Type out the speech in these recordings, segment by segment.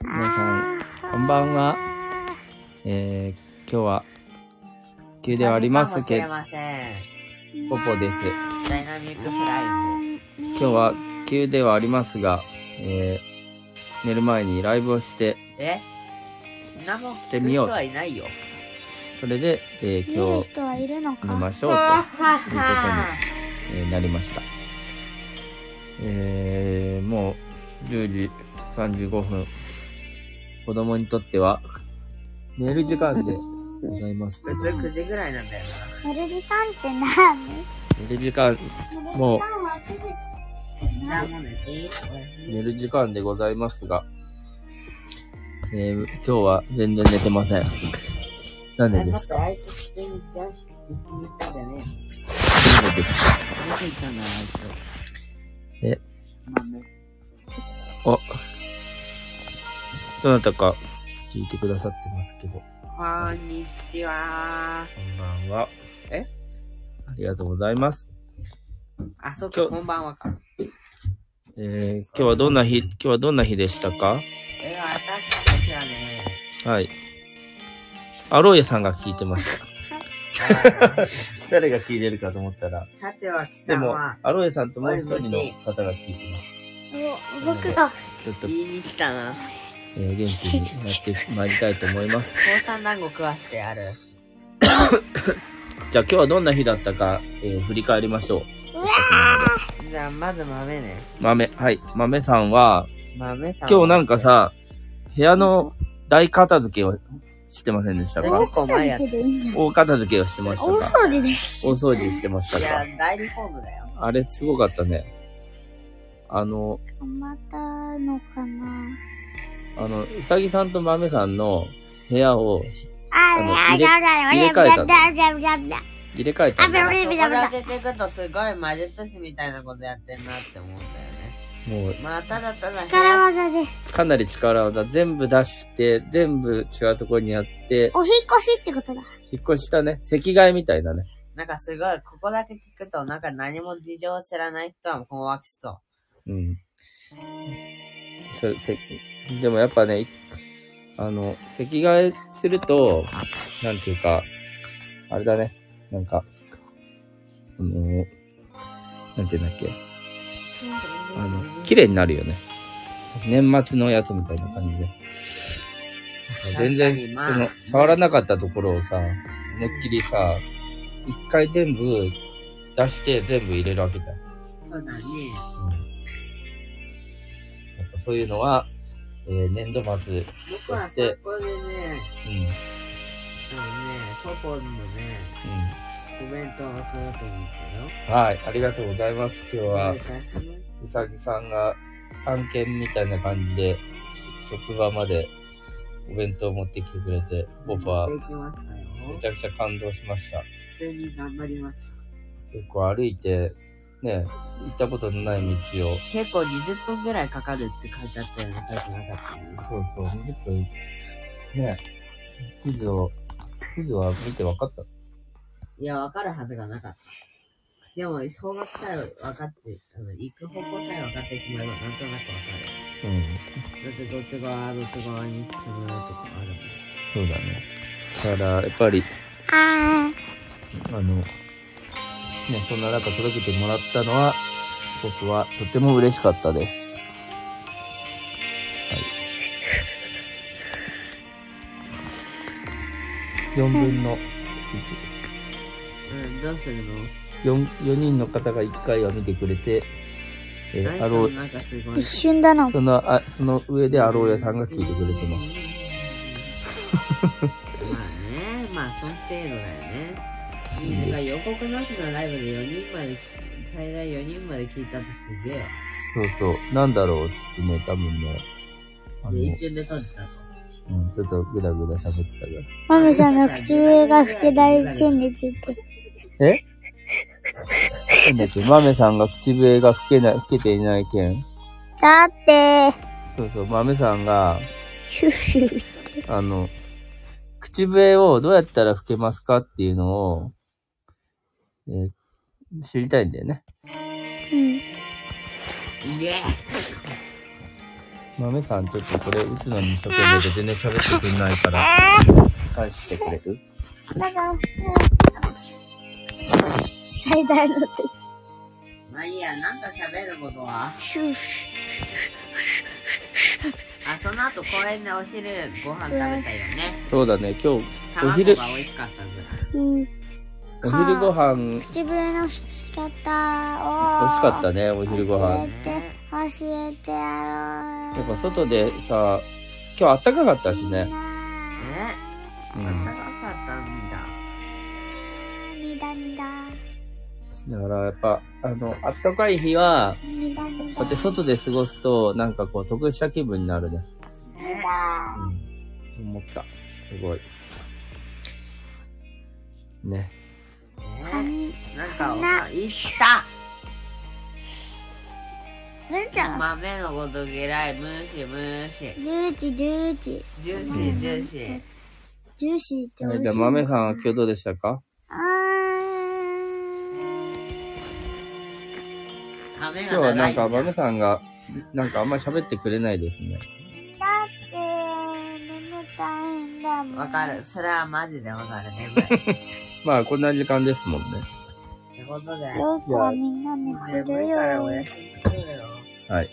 皆さん、こんばんは。えー、今日は、急ではありますけど。かもしれまど、ポポです。せん。ダイナミックフライング。今日は、急ではありますが、えー、寝る前にライブをして、えそんなもんし聞てくみよ人うはいないよ。それで、えー、見る今日、人はいるの寝かましょうと、いうことにえーなりました。えー、もう、10時35分。子供にとっては、寝る時間でございますけ普ど通9時ぐらいなんだよ寝る時間って何寝る時間、もう寝る時間は9時な。なんもね、いい寝る時間でございますが、えー、今日は全然寝てません。なんでですかあいつ普通に男子行ったんだよね。なんでですどかこ行ったんだろう、あいつ。えまあねあ、どなたか聞いてくださってますけど、ここんにちは。んばんは。えありがとうございます。あ、そっか、今日こんばんはか。えー、今日はどんな日、今日はどんな日でしたかえ、私たちはね、はい。アローヤさんが聞いてました。誰が聞いてるかと思ったら。さては、貴で様も、はア、ローヤさんともう一人の方が聞いてます。お僕がちょっと言いに来たな。えー元気にやってまいりたいと思います。高 三団子食わせてやる。じゃあ今日はどんな日だったか、えー振り返りましょう。うわじゃあ、まず豆ね。豆、はい。豆さんは、豆さん。今日なんか、さ、部屋の大片付けをしてませんでした結か構前やっけどいいんじゃん大片付けをしてま大したか掃除です大掃除してましたた。いかや、大リフォームだよ。あれすごかったね。あの、またのかなあの、うさぎさんと豆さんの部屋をあのあ入れ入れ替えたの入れ替えたんだなあそこだけ聞くとすごい魔術師みたいなことやってんなって思うんだよね。もうまあ、ただただ部力屋、技でかなり力技全部出して、全部違うところにやって、お引っ越しってことだ引っ越したね、赤外みたいなね。なんかすごい、ここだけ聞くと、なんか何も事情を知らない人は困惑しそう。うん。そう、せ、でもやっぱね、いあの、席替えすると、なんていうか、あれだね、なんか、あの、なんていうんだっけ、あの、綺麗になるよね。年末のやつみたいな感じで。全然、確かそにまのあ、触らなかったところをさ、思いっきりさ、一回全部出して全部入れるわけだよ。そうだね。やっぱそういうのは、えー年度末、うん、僕はそしてここでね、あのね、ポポのね、お弁当を届けに行うん。はい、ありがとうございます。今日ったよ。はこれ、からかなうさぎさんが、探検みたいな感じで、し職場までお弁当を持ってきてくれて、僕はできましたよ。めちゃくちゃ感動しました。全然頑張りました。結構歩いて、ね、行ったことのない道を、結構20分ぐらいかかるって書いてあったよね。書いてなかったよね。そうそう、結構、ね、地図を、地図は見て分かった。いや、わかるはずがなかった。でも、方角さえ分かって、あの、行く方向さえ分かってしまえば、なんとなく分うん。かる。だって、どっち側、どっち側に行ってもらうとかあるもん。そうだね。だから、やっぱり、ああの、ね、そんな中届けてもらったのは、僕はとても嬉しかったです。はい。4分の1。うん、どうするの 4, 4人の方が1回は見てくれて、えー何アロー、なんかすごあい。一瞬だなその、あ、その上でアロー屋さんが聞いてくれてます。まあね、まあ、その程度だよね。だから予告なしのライブで4人まで、最大4人まで聞いたってすげえ。そうそう。なんだろうって言ってね、多分ね、あの、で、一瞬で撮ったと。うん、ちょっとぐだぐだ喋ってたから。マムさんが口笛が吹け大チェンでついてえなんだっけ、豆さんが口笛が吹けない、吹けていない件だってそうそう、豆さんが、ヒューヒューあの、口笛をどうやったら吹けますかっていうのを、えー知りたいんだよね。うんいえ豆さん、ちょっとこれ打つのに一生懸命で全然喋ってくれないから、返してくれるなんか、うん。最大の時。まあいいや、なんか喋ることはシュッあ、その後公園でお昼ご飯食べたよね。そうだね、今日、お卵昼、が美味しかったんだ。うん。お昼ご飯、唇の美引き方を。味しか惜ったね、お昼ご飯。教えて、教えてややろう。っぱ外でさ、今日暖かかったしね。なね、うあったかかっん。だかたんだ。あにだにだ。らやっぱ、あの、暖かい日は、にだにこうやだって。外で過ごすと、なんかこう、得した気分になるね。にだ。うん。思った。すごい。ね。うん。なんかおさ、いったうんちゃん。豆のこと嫌い、ムーシムーシ。ジューチジューチ。ジューシージューシー。ジューシーって美はい味しじゃあ、いの豆さんは今日どうでしたかあー豆今日がは長ないんんだか、豆さんが、なんかあんまり喋ってくれないですね。だって、眠たいんだもん。わかる。それはマジでわかるね。これまあ、こんな時間ですもんね。ってことで、よくはみんな寝て眠るいよ。からお休みしようよ。はい。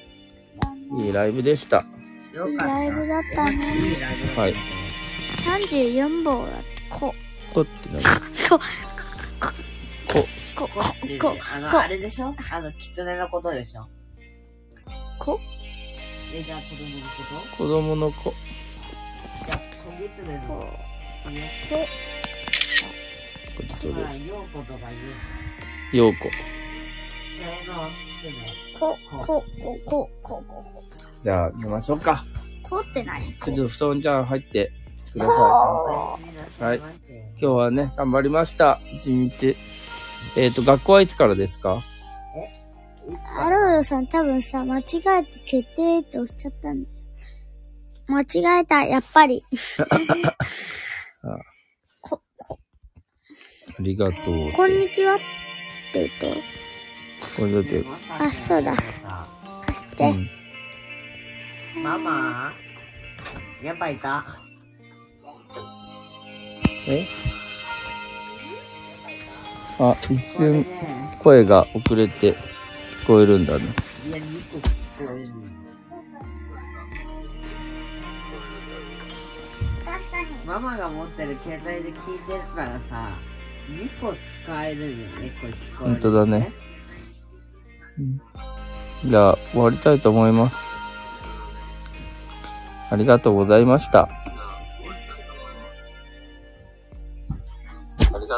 いいライブでした。よかった。ライブだったね。いいライブだったはい。 34本だって、こ、こってなこ、こ、こ、こ、ここ、あの、こあれでしょあの、狐のことでしょこ、え、じゃあ子供のこ子供の子。とじゃあ、小狐のここ、とね。こっち取ほれら、ようことが言う。る。ようこ。それの、狐。こ、こ、こ、こ、こ、こ、じゃあ、寝ましょうか。こって何ちょっと布団じゃあ入ってください。こおやすみなさはいませ今日はね、頑張りました。一日。えっ、と、学校はいつからですかアローヨさん多分さ、間違えて決定って押しちゃったんだよ。間違えた、やっぱ り。こ、ありがとうって。こんにちはって言うと、これだって。あそうだ貸して。うんママやっぱいた。えあ、一これ瞬ね、声が遅れて聞こえるんだね。いや、2個聞こえる。確かに。ママが持ってる携帯で聞いてるからさ、2個使えるよね、これ聞こえる、本当だね。じゃあ、終わりたいと思います。ありがとうございました。